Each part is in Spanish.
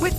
With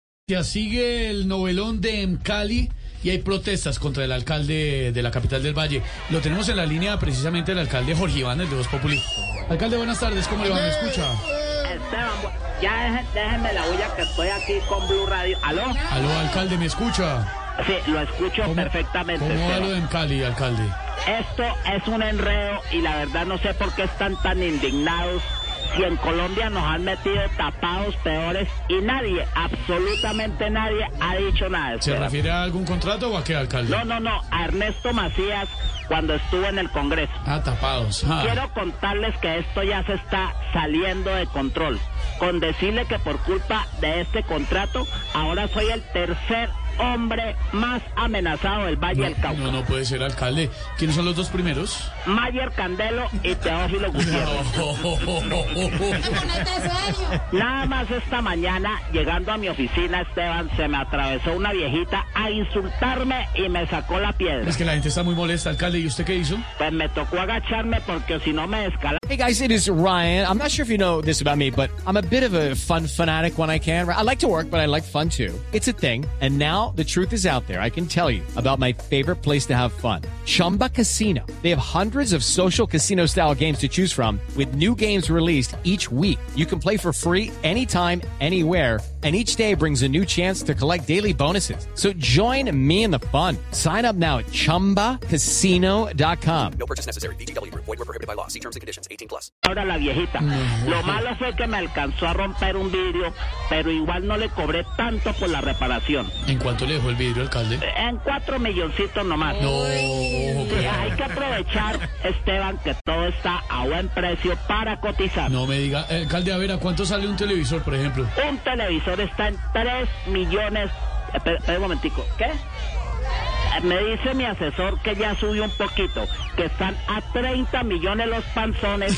Ya sigue el novelón de Cali y hay protestas contra el alcalde de la capital del Valle. Lo tenemos en la línea precisamente el alcalde Jorge Iván, el de Voz Populi. Alcalde, buenas tardes, ¿cómo le va? ¿Me escucha? Esteban, ya deje- déjenme la bulla que estoy aquí con Blue Radio. ¿Aló? Aló, alcalde, ¿me escucha? Sí, lo escucho ¿Cómo- perfectamente. ¿Cómo va Esteban. lo de Cali, alcalde? Esto es un enredo y la verdad no sé por qué están tan indignados. Si en Colombia nos han metido tapados peores y nadie, absolutamente nadie, ha dicho nada. ¿Se Esteban. refiere a algún contrato o a qué, alcalde? No, no, no, a Ernesto Macías cuando estuvo en el Congreso. Ah, tapados. ah. Quiero contarles que esto ya se está saliendo de control. Con decirle que por culpa de este contrato, ahora soy el tercer hombre más amenazado del Valle del Cauca. No, no puede ser, alcalde. ¿Quiénes son los dos primeros? Mayer Candelo y Teófilo Gutiérrez. Nada más esta mañana, llegando a mi oficina, Esteban, se me atravesó una viejita a insultarme y me sacó la piedra. Es que la gente está muy molesta, alcalde. ¿Y usted qué hizo? Pues me tocó agacharme porque si no me descalaba. Hey guys, it is Ryan. I'm not sure if you know this about me, but I'm a bit of a fun fanatic when I can. I like to work, but I like fun too. It's a thing. And now the truth is out there. I can tell you about my favorite place to have fun Chumba Casino. They have hundreds of social casino style games to choose from, with new games released each week. You can play for free anytime, anywhere. And each day brings a new chance to collect daily bonuses. So join me in the fun. Sign up now at chumbacasino.com. No purchase necessary. VGW Group. Void were prohibited by law. See terms and conditions. 18 plus. Ahora la viejita. Lo malo fue que me alcanzó a romper un vidrio, pero igual no le cobré tanto por la reparación. ¿En cuánto le dejó el vidrio, alcalde? En cuatro milloncitos nomás. Pues No, pero- Hay que aprovechar, Esteban, que todo está a buen precio para cotizar. No me diga, eh, alcalde, a ver, ¿a cuánto sale un televisor, por ejemplo? Un televisor está en 3 millones. Espera un momentico. ¿Qué? Eh, Me dice mi asesor que ya subió un poquito, que están a 30 millones los panzones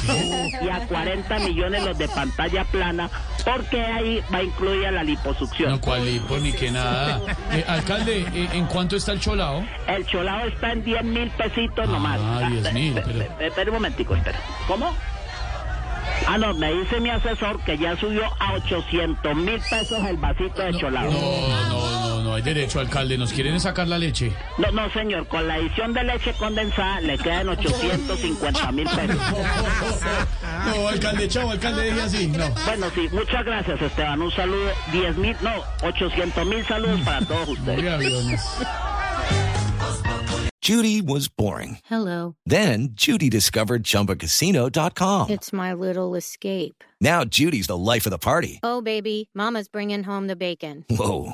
y a 40 millones los de pantalla plana, porque ahí va incluida la liposucción. No, cual lipo, ni que nada. Eh, alcalde, eh, ¿en cuánto está el cholao? El cholado está en 10 mil pesitos nomás. Ah, 10.000, Pe- pero- pe- pe- Espera un momentico, espera. ¿Cómo? Ah, no, me dice mi asesor que ya subió a 800 mil pesos el vasito de cholado. Oh, No, no, no, no hay derecho, alcalde. Nos quieren sacar la leche. No, no, señor, con la edición de leche condensada le quedan 850 mil pesos. No, alcalde, chao, alcalde, deje así. No. Bueno, sí, muchas gracias, Esteban. Un saludo, 10 mil, no, 800 mil saludos para todos ustedes. Voy a aviones. Judy was boring. Hello, Then Judy discovered ChumbaCasino.com. it's my little escape. Now Judy's the life of the party. Oh, baby, Mama's bringing home the bacon. Whoa.